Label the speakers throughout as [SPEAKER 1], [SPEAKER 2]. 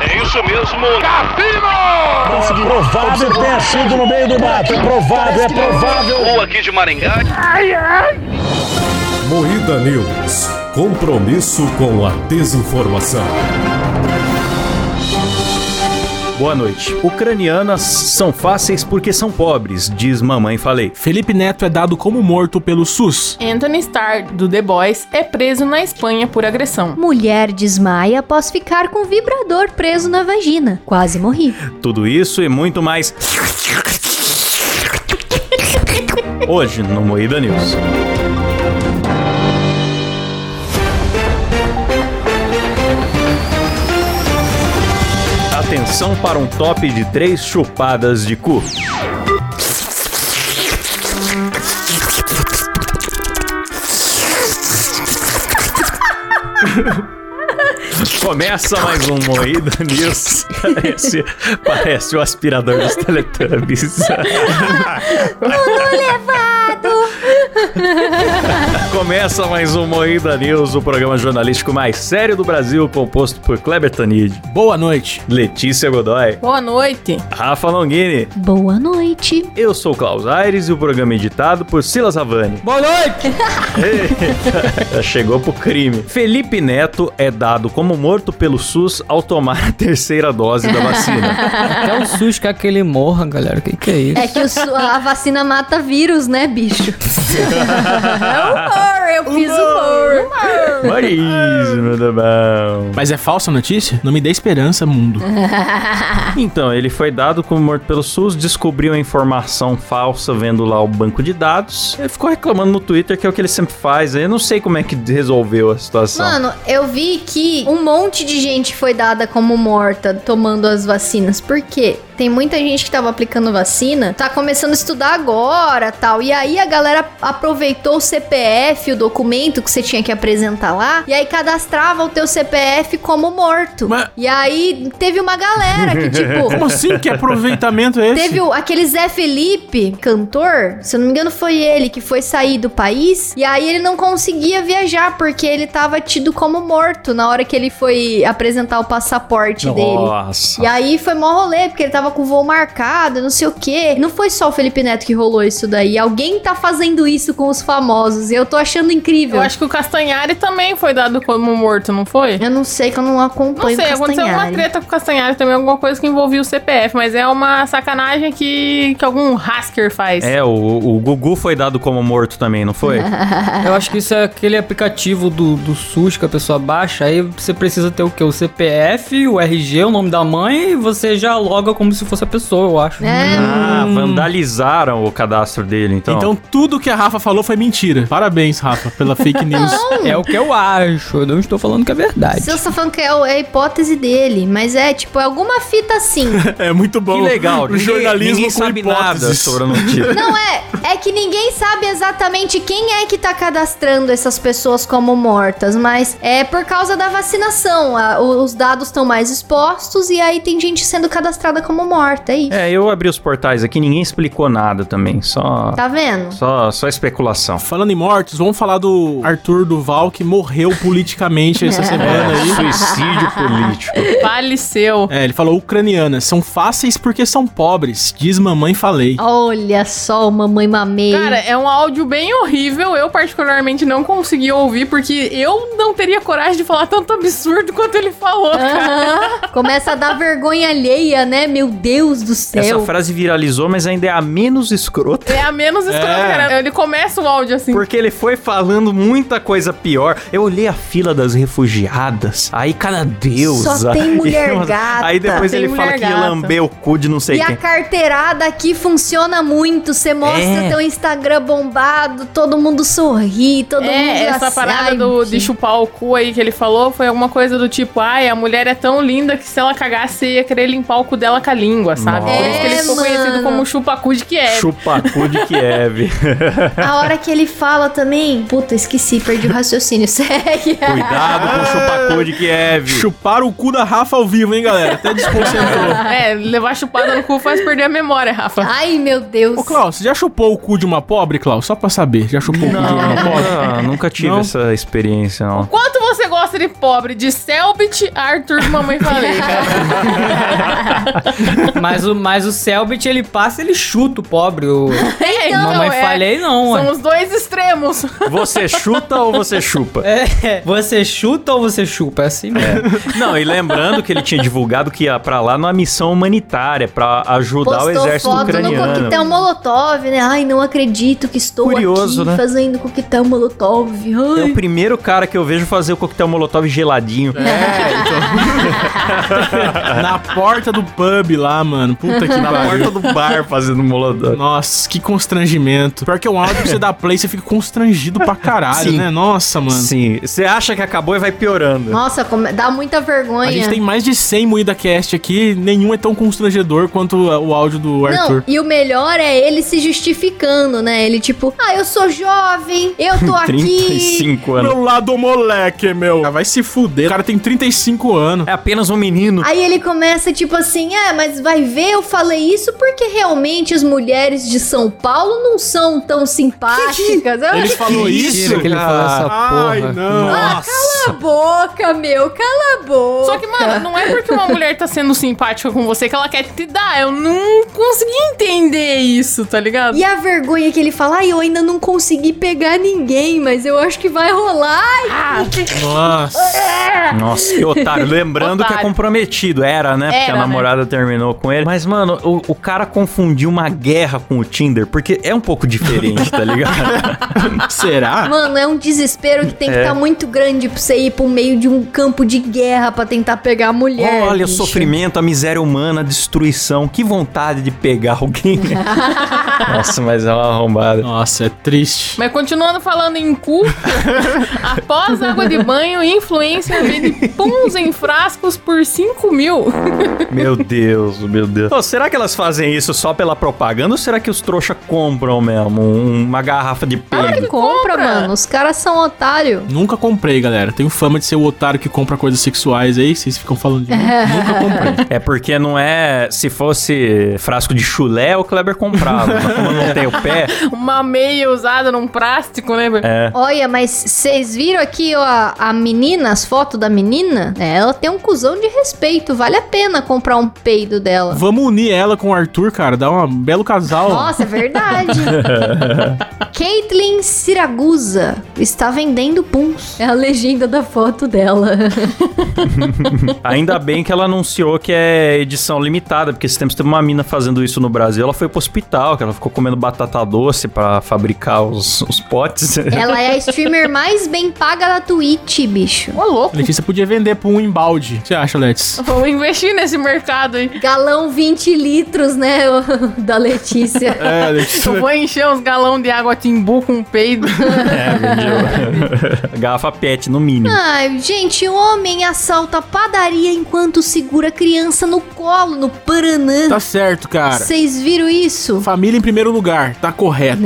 [SPEAKER 1] É Isso mesmo, Capino!
[SPEAKER 2] Conseguiu. Provável que tenha sido no meio do mato. É provável, é provável.
[SPEAKER 1] Ou aqui de Maringá.
[SPEAKER 3] Moída News. Compromisso com a desinformação.
[SPEAKER 4] Boa noite. Ucranianas são fáceis porque são pobres, diz mamãe falei.
[SPEAKER 5] Felipe Neto é dado como morto pelo SUS.
[SPEAKER 6] Anthony Starr, do The Boys, é preso na Espanha por agressão.
[SPEAKER 7] Mulher desmaia após ficar com um vibrador preso na vagina. Quase morri.
[SPEAKER 4] Tudo isso e muito mais. Hoje no Moída News. Atenção para um top de três chupadas de cu. Começa mais um Moída News. Parece, parece o aspirador dos Teletubbies.
[SPEAKER 7] Tudo levado.
[SPEAKER 4] Começa mais um Moída News, o programa jornalístico mais sério do Brasil, composto por Kleber Tanid,
[SPEAKER 5] Boa noite.
[SPEAKER 4] Letícia Godoy,
[SPEAKER 6] Boa noite.
[SPEAKER 4] Rafa Longini.
[SPEAKER 7] Boa noite.
[SPEAKER 4] Eu sou o Klaus Aires e o programa é editado por Silas Havani.
[SPEAKER 5] Boa noite.
[SPEAKER 4] Já chegou pro crime. Felipe Neto é dado como morto pelo SUS ao tomar a terceira dose da vacina.
[SPEAKER 8] Até o SUS quer um que ele morra, galera. Que que é isso?
[SPEAKER 7] É que o su- a vacina mata vírus, né, bicho? humor, eu fiz humor.
[SPEAKER 4] Marismo, tá bom.
[SPEAKER 5] Mas é falsa notícia? Não me dê esperança, mundo.
[SPEAKER 4] Então, ele foi dado como morto pelo SUS, descobriu a informação falsa vendo lá o banco de dados. Ele ficou reclamando no Twitter, que é o que ele sempre faz. Eu não sei como é que resolveu a situação.
[SPEAKER 7] Mano, eu vi que um monte de gente foi dada como morta tomando as vacinas. Por quê? Tem muita gente que tava aplicando vacina, tá começando a estudar agora tal. E aí a galera aproveitou o CPF, o documento que você tinha que apresentar lá, e aí cadastrava o teu CPF como morto.
[SPEAKER 5] Mas-
[SPEAKER 7] E aí teve uma galera que, tipo,
[SPEAKER 5] Como assim? Que aproveitamento é esse?
[SPEAKER 7] Teve um- o, aquele Zé Felipe, cantor, se eu não me engano foi ele que foi sair do país e aí ele não conseguia viajar porque ele tava tido como morto na hora que ele foi apresentar o passaporte dele.
[SPEAKER 4] Nossa.
[SPEAKER 7] E aí foi mó rolê, porque ele tava com o voo marcado, não sei o quê. Não foi só o Felipe Neto que rolou isso daí. Alguém tá fazendo isso com os famosos. E eu tô achando incrível.
[SPEAKER 6] Eu
[SPEAKER 7] Eu,
[SPEAKER 6] acho que o Castanhari também foi dado como morto, não foi?
[SPEAKER 7] não sei que eu não
[SPEAKER 6] Não
[SPEAKER 7] acompanho
[SPEAKER 6] sei,
[SPEAKER 7] o
[SPEAKER 6] aconteceu uma
[SPEAKER 7] Castanhari.
[SPEAKER 6] treta com o Castanhari também, alguma coisa que envolvia o CPF, mas é uma sacanagem que, que algum hacker faz.
[SPEAKER 4] É, o, o Gugu foi dado como morto também, não foi?
[SPEAKER 8] Eu acho que isso é aquele aplicativo do, do SUS que a pessoa baixa. Aí você precisa ter o quê? O CPF, o RG, o nome da mãe e você já loga como se fosse a pessoa, eu acho.
[SPEAKER 7] É.
[SPEAKER 4] ah, vandalizaram o cadastro dele, então.
[SPEAKER 5] Então tudo que a Rafa falou foi mentira. Parabéns, Rafa, pela fake news.
[SPEAKER 8] É o que eu acho. Eu não estou falando que é verdade.
[SPEAKER 7] Se eu falando que é o- é a hipótese dele, mas é tipo, é alguma fita assim.
[SPEAKER 5] é muito bom.
[SPEAKER 4] que legal.
[SPEAKER 5] O jornalismo
[SPEAKER 4] ninguém
[SPEAKER 5] com
[SPEAKER 4] sabe
[SPEAKER 5] hipóteses.
[SPEAKER 4] nada sobre a notícia.
[SPEAKER 7] Não é, é que ninguém sabe exatamente quem é que tá cadastrando essas pessoas como mortas, mas é por causa da vacinação. a- o- os dados estão mais expostos e aí tem gente sendo cadastrada como morta, é isso.
[SPEAKER 4] é, eu abri os portais aqui, ninguém explicou nada também, só...
[SPEAKER 7] Tá vendo?
[SPEAKER 4] Só, só especulação.
[SPEAKER 5] Falando em mortos, vamos falar do Arthur Duval que morreu politicamente essa semana aí.
[SPEAKER 4] Suicídio político.
[SPEAKER 6] Faleceu.
[SPEAKER 5] É, ele falou ucranianas são fáceis porque são pobres, diz mamãe falei.
[SPEAKER 7] Olha só, o mamãe mamei.
[SPEAKER 6] Cara, é um áudio bem horrível. Eu, particularmente, não consegui ouvir, porque eu não teria coragem de falar tanto absurdo quanto ele falou, cara.
[SPEAKER 7] Aham. Começa a dar vergonha alheia, né? Meu Deus do
[SPEAKER 4] Essa
[SPEAKER 7] céu.
[SPEAKER 4] frase viralizou, mas ainda é a menos escrota.
[SPEAKER 6] É a menos escrota,
[SPEAKER 5] É.
[SPEAKER 6] cara. Ele começa o áudio assim.
[SPEAKER 4] Porque ele foi falando muita coisa pior. Eu olhei a fila das refugiadas. Aí, cara, deusa.
[SPEAKER 7] Só tem mulher
[SPEAKER 4] E umas-
[SPEAKER 7] gata.
[SPEAKER 4] Aí depois
[SPEAKER 6] Tem
[SPEAKER 4] ele fala
[SPEAKER 6] mulher
[SPEAKER 4] que ia
[SPEAKER 6] gata.
[SPEAKER 4] lamber o cu de não sei
[SPEAKER 7] E a
[SPEAKER 4] quem.
[SPEAKER 7] carteirada aqui funciona muito. Você mostra
[SPEAKER 4] É.
[SPEAKER 7] teu Instagram bombado, todo mundo sorri, todo mundo.
[SPEAKER 6] É, essa
[SPEAKER 7] ace-
[SPEAKER 6] parada
[SPEAKER 7] Ai,
[SPEAKER 6] do, de
[SPEAKER 7] gente.
[SPEAKER 6] chupar o cu aí que ele falou foi alguma coisa do tipo, ai, a mulher é tão linda que se ela cagasse, você ia querer limpar o cu dela com a língua, sabe? Por isso que ele
[SPEAKER 7] É,
[SPEAKER 6] ficou
[SPEAKER 7] mano.
[SPEAKER 6] conhecido como chupa-cu de é. Kiev.
[SPEAKER 4] Chupacu de Kiev.
[SPEAKER 7] A hora que ele fala também. Puta, esqueci, perdi o raciocínio. Segue.
[SPEAKER 4] Cuidado com o chupacu de Kiev.
[SPEAKER 5] Chupar o cu da Rafa ao vivo, hein, galera? Até desconcentrou.
[SPEAKER 6] é, levar chupada no cu faz perder a memória, Rafa.
[SPEAKER 7] Ai, meu Deus.
[SPEAKER 5] Ô, Klaus, você já chupou o cu de uma pobre, Klaus? Só pra saber, já chupou o cu de uma pobre?
[SPEAKER 4] Ah, nunca tive
[SPEAKER 5] Não?
[SPEAKER 4] essa experiência, não.
[SPEAKER 6] Quanto você resposta de pobre de Selbit a Arthur de Mamãe Falei.
[SPEAKER 8] Mas o, mas o Selbit, ele passa, ele chuta o pobre. O
[SPEAKER 7] Então,
[SPEAKER 6] É,
[SPEAKER 8] a mamãe
[SPEAKER 6] é.
[SPEAKER 8] falei não,
[SPEAKER 6] São
[SPEAKER 8] ué.
[SPEAKER 6] os dois extremos.
[SPEAKER 4] Você chuta ou você chupa?
[SPEAKER 8] É, você chuta ou você chupa? É assim mesmo.
[SPEAKER 4] Não, e lembrando que ele tinha divulgado que ia pra lá numa missão humanitária pra ajudar o
[SPEAKER 7] Postou
[SPEAKER 4] exército
[SPEAKER 7] foto no
[SPEAKER 4] ucraniano.
[SPEAKER 7] coquetel molotov, né? Ai, não acredito que estou
[SPEAKER 4] Curioso,
[SPEAKER 7] aqui
[SPEAKER 4] né?
[SPEAKER 7] fazendo coquetel molotov.
[SPEAKER 4] É o
[SPEAKER 7] Ai.
[SPEAKER 4] primeiro cara que eu vejo fazer o coquetel molotov geladinho.
[SPEAKER 7] É.
[SPEAKER 5] Na porta do pub lá, mano. Puta que
[SPEAKER 4] Na porta
[SPEAKER 5] pariu.
[SPEAKER 4] do bar fazendo molotov.
[SPEAKER 5] Nossa, que constrangimento. Pior que é um áudio que você dá play, você fica constrangido pra caralho,
[SPEAKER 4] Sim.
[SPEAKER 5] né? Nossa, mano.
[SPEAKER 4] Sim, você acha que acabou e vai piorando.
[SPEAKER 7] Nossa, como- dá muita vergonha.
[SPEAKER 5] A gente tem mais de 100 moída cast aqui, nenhum é tão constrangedor quanto é, o áudio do Arthur.
[SPEAKER 7] Não, e o melhor é ele se justificando, né? Ele tipo, ah, eu sou jovem, eu tô aqui.
[SPEAKER 4] 35 anos.
[SPEAKER 5] Meu lado moleque, meu. Ah, Vai se fuder. O cara tem 35 anos.
[SPEAKER 4] É apenas um menino.
[SPEAKER 7] Aí ele começa tipo assim, é, mas vai ver, eu falei isso porque realmente as mulheres de São Paulo não são tão simpáticas.
[SPEAKER 5] Ele falou
[SPEAKER 8] Mentira
[SPEAKER 5] isso,
[SPEAKER 8] que ele falou essa porra.
[SPEAKER 5] Ai, não.
[SPEAKER 7] "Ah, Cala a boca, meu, cala a boca.
[SPEAKER 6] Só que, mano, não é porque uma mulher tá sendo simpática com você que ela quer te dar. Eu não consegui entender isso, tá ligado?
[SPEAKER 7] E a vergonha que ele fala, ai, eu ainda não consegui pegar ninguém, mas eu acho que vai rolar. Ai,
[SPEAKER 5] Nossa.
[SPEAKER 4] Nossa, que otário. Lembrando que é
[SPEAKER 6] Otário.
[SPEAKER 4] comprometido. Era, né? Porque
[SPEAKER 6] Era,
[SPEAKER 4] a
[SPEAKER 6] né?
[SPEAKER 4] namorada terminou com ele. Mas, mano, o, o cara confundiu uma guerra com o Tinder, porque é um pouco diferente, tá ligado?
[SPEAKER 5] Será?
[SPEAKER 7] Mano, é um desespero que tem que
[SPEAKER 4] É.
[SPEAKER 7] estar muito grande pra você ir pro meio de um campo de guerra pra tentar pegar a mulher.
[SPEAKER 4] Olha o
[SPEAKER 7] É, bicho.
[SPEAKER 4] sofrimento, a miséria humana, a destruição. Que vontade de pegar alguém. né? Nossa, mas é uma arrombada.
[SPEAKER 5] Nossa, é triste.
[SPEAKER 6] Mas continuando falando em cu, após água de banho, influencer vende puns em frascos por 5 mil.
[SPEAKER 4] Meu Deus, meu Deus. Ô, será que elas fazem isso só pela propaganda ou será que os trouxa compram mesmo um- uma garrafa de peido?
[SPEAKER 7] Compra,
[SPEAKER 6] Compra.
[SPEAKER 7] mano. Os caras são otário.
[SPEAKER 5] Nunca comprei, galera. Tenho fama de ser o otário que compra coisas sexuais aí, vocês ficam falando de mim. Nunca comprei.
[SPEAKER 4] É porque não é. Se fosse frasco de chulé, o Kleber comprava. Mas como não tem o pé,
[SPEAKER 6] Uma meia usada num plástico, né?
[SPEAKER 4] é.
[SPEAKER 7] Olha, mas vocês viram aqui ó, a, a menina, as fotos da menina? É, ela tem um cuzão de respeito. Vale a pena comprar um peido dela.
[SPEAKER 5] Vamos unir ela com o Arthur, cara. Dá um belo casal.
[SPEAKER 7] Nossa, é verdade. Caitlyn Siragusa está vendendo puns. É a legenda da foto dela.
[SPEAKER 4] Ainda bem que ela anunciou que é edição limitada, porque esses tempos teve uma mina fazendo isso no Brasil. Ela foi pro hospital, que ela ficou comendo batata doce pra fabricar os, os potes.
[SPEAKER 7] Ela é a streamer mais bem paga da Twitch, bicho.
[SPEAKER 6] Ô, louco.
[SPEAKER 5] Letícia podia vender por um embalde. O que você acha, Let's?
[SPEAKER 6] Vamos investir nesse mercado aí.
[SPEAKER 7] Galão 20 litros, né, o- da Letícia.
[SPEAKER 5] É,
[SPEAKER 6] Eu
[SPEAKER 5] Letícia.
[SPEAKER 6] vou encher uns galão de água timbu com um peido.
[SPEAKER 4] É, vendeu. Garrafa pet, no mínimo.
[SPEAKER 7] Ai, gente, um homem assalta a padaria enquanto segura a criança no colo, no Paraná.
[SPEAKER 5] Tá certo, cara.
[SPEAKER 7] Vocês viram isso?
[SPEAKER 5] Família em primeiro lugar. Tá correto.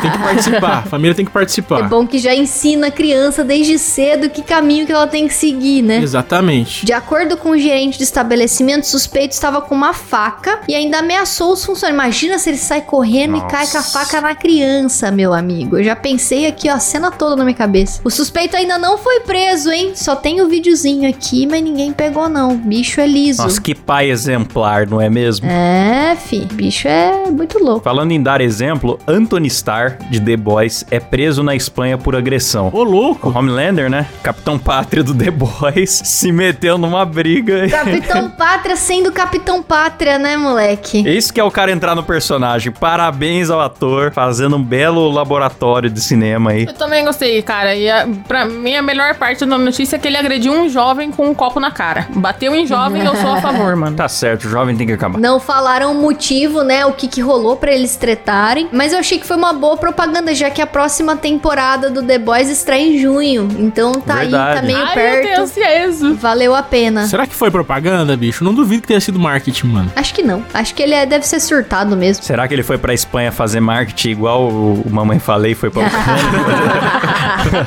[SPEAKER 5] Tem que participar. Família tem que
[SPEAKER 7] Né? É
[SPEAKER 5] participar.
[SPEAKER 7] bom que já ensina a criança desde cedo que caminho que ela tem que seguir, né?
[SPEAKER 5] Exatamente.
[SPEAKER 7] De acordo com o gerente do estabelecimento, o suspeito estava com uma faca e ainda ameaçou os funcionários. Imagina se ele sai correndo e
[SPEAKER 4] Nossa.
[SPEAKER 7] cai com a faca na criança, meu amigo. Eu já pensei aqui, ó, a cena toda na minha cabeça. O suspeito ainda não foi preso, hein? Só tem o videozinho aqui, mas ninguém pegou, não. O bicho é liso.
[SPEAKER 4] Nossa, que pai exemplar, não é mesmo?
[SPEAKER 7] É, fi, bicho é muito louco.
[SPEAKER 4] Falando em dar exemplo, Anthony Starr, de The Boys, é preso na Espanha por agressão.
[SPEAKER 5] Ô,
[SPEAKER 4] O
[SPEAKER 5] louco.
[SPEAKER 4] Homelander, né? Capitão Pátria do The Boys, se meteu numa briga.
[SPEAKER 5] Tá
[SPEAKER 7] Capitão Pátria sendo Capitão Pátria, né, moleque?
[SPEAKER 4] Isso que é o cara entrar no personagem. Parabéns ao ator, fazendo um belo laboratório de cinema aí.
[SPEAKER 5] Tá
[SPEAKER 6] Eu também gostei, cara. E a, pra mim, a melhor parte da notícia é que ele agrediu um jovem com um copo na cara. Bateu em jovem, eu sou a favor, mano.
[SPEAKER 4] Tá certo, o jovem tem que acabar.
[SPEAKER 7] Não falaram o motivo, né? O que, que rolou pra eles tretarem. Mas eu achei que foi uma boa propaganda, já que a próxima temporada do The Boys estreia em junho. Então tá aí, tá
[SPEAKER 4] Verdade.
[SPEAKER 7] meio
[SPEAKER 6] Ai, meu
[SPEAKER 7] perto.
[SPEAKER 6] Deus, e é isso.
[SPEAKER 7] Valeu a pena.
[SPEAKER 5] Será que foi propaganda, bicho? Não duvido que tenha sido marketing, mano.
[SPEAKER 7] Acho que não. Acho que ele é- deve ser surtado mesmo.
[SPEAKER 4] Será que ele foi pra Espanha fazer marketing igual o, o Mamãe Falei foi pra Ucrânia?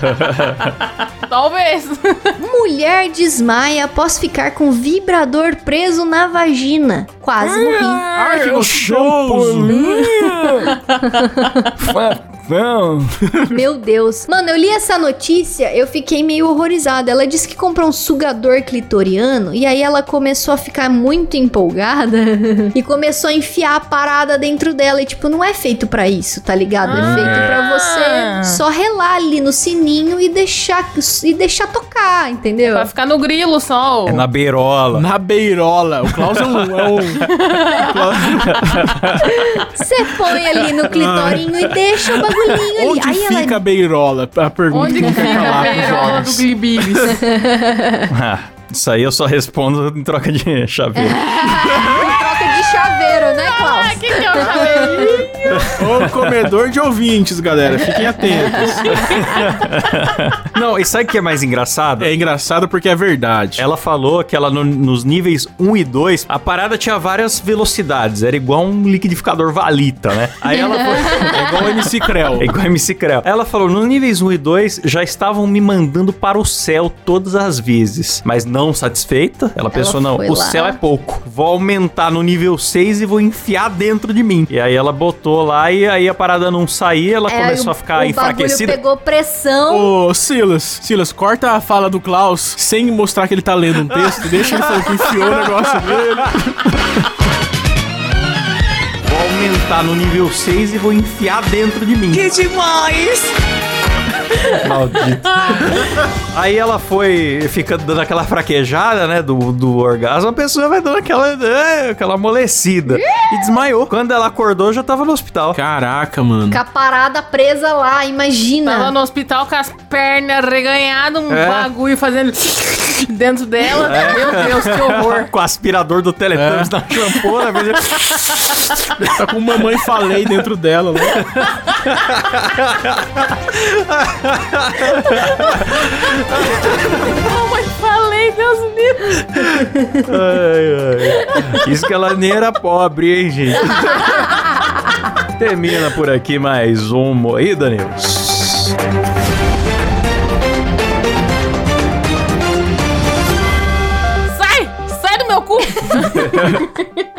[SPEAKER 6] Talvez.
[SPEAKER 7] Então. Mulher desmaia após ficar com vibrador preso na vagina.
[SPEAKER 6] Ah,
[SPEAKER 7] é Quase morri.
[SPEAKER 5] Ai, que gostoso!
[SPEAKER 8] Não.
[SPEAKER 7] Meu Deus. Mano, eu li essa notícia, eu fiquei meio horrorizada. Ela disse que comprou um sugador clitoriano e aí ela começou a ficar muito empolgada e começou a enfiar a parada dentro dela. E tipo, não é feito pra isso, tá ligado? É feito pra você só relar ali no sininho e deixar, e deixar tocar, entendeu?
[SPEAKER 6] Vai ficar no grilo só.
[SPEAKER 4] É na beirola.
[SPEAKER 5] Na beirola. O Klaus é um. É um...
[SPEAKER 7] Você põe ali no clitorinho e deixa o bagulhinho ali.
[SPEAKER 5] Onde
[SPEAKER 7] aí ela é
[SPEAKER 5] fica a beirola? A pergunta
[SPEAKER 6] Onde
[SPEAKER 5] que
[SPEAKER 6] que
[SPEAKER 5] não quer calar nos
[SPEAKER 6] fica a beirola do
[SPEAKER 5] jogos.
[SPEAKER 6] glibibis?
[SPEAKER 4] Ah, isso aí eu só respondo em troca de chaveiro.
[SPEAKER 7] troca de chaveiro, né, Klaus?
[SPEAKER 6] Ah, que que eu chamei?
[SPEAKER 5] Ô comedor de ouvintes, galera. Fiquem atentos.
[SPEAKER 4] Não, e sabe o que é mais engraçado?
[SPEAKER 5] É engraçado porque é verdade.
[SPEAKER 4] Ela falou que ela no- nos níveis 1 e 2, a parada tinha várias velocidades, era igual um liquidificador valita, né? Aí ela foi,
[SPEAKER 5] É igual o MC Creu.
[SPEAKER 4] é igual MC Creu. Ela falou, nos níveis 1 e 2 já estavam me mandando para o céu todas as vezes, mas não satisfeita. Ela, pensou, não,
[SPEAKER 7] foi
[SPEAKER 4] o
[SPEAKER 7] lá.
[SPEAKER 4] céu é pouco. Vou aumentar no nível 6 e vou enfiar dentro de mim. E aí ela botou lá e aí a parada não saía, ela
[SPEAKER 7] É,
[SPEAKER 4] começou
[SPEAKER 7] o-
[SPEAKER 4] a ficar
[SPEAKER 7] O bagulho
[SPEAKER 4] enfraquecida.
[SPEAKER 7] pegou pressão.
[SPEAKER 5] Ô, Silas, Silas, corta a fala do Klaus sem mostrar que ele tá lendo um texto. Deixa ele falar que enfiou o negócio dele.
[SPEAKER 4] Vou aumentar no nível 6 e vou enfiar dentro de mim. Que demais! Maldito. Aí ela foi ficando dando aquela fraquejada, né? Do, do orgasmo, a pessoa vai dando aquela, é, aquela amolecida. E desmaiou. Quando ela acordou, já tava no hospital.
[SPEAKER 5] Caraca, mano.
[SPEAKER 7] Com a parada presa lá,
[SPEAKER 6] Tava
[SPEAKER 7] imagina.
[SPEAKER 6] no hospital com as pernas reganhadas, um
[SPEAKER 4] É.
[SPEAKER 6] bagulho fazendo dentro dela. Meu Deus, que horror.
[SPEAKER 4] Com o aspirador do Teletubbies na champona. mas-
[SPEAKER 5] É. Tá com mamãe falei dentro dela, né?
[SPEAKER 6] Não, mas falei, Deus me livre.
[SPEAKER 4] Ai, ai. Isso que ela nem era pobre, hein, gente? Termina por aqui mais um Moída News.
[SPEAKER 6] Sai! Sai do meu cu!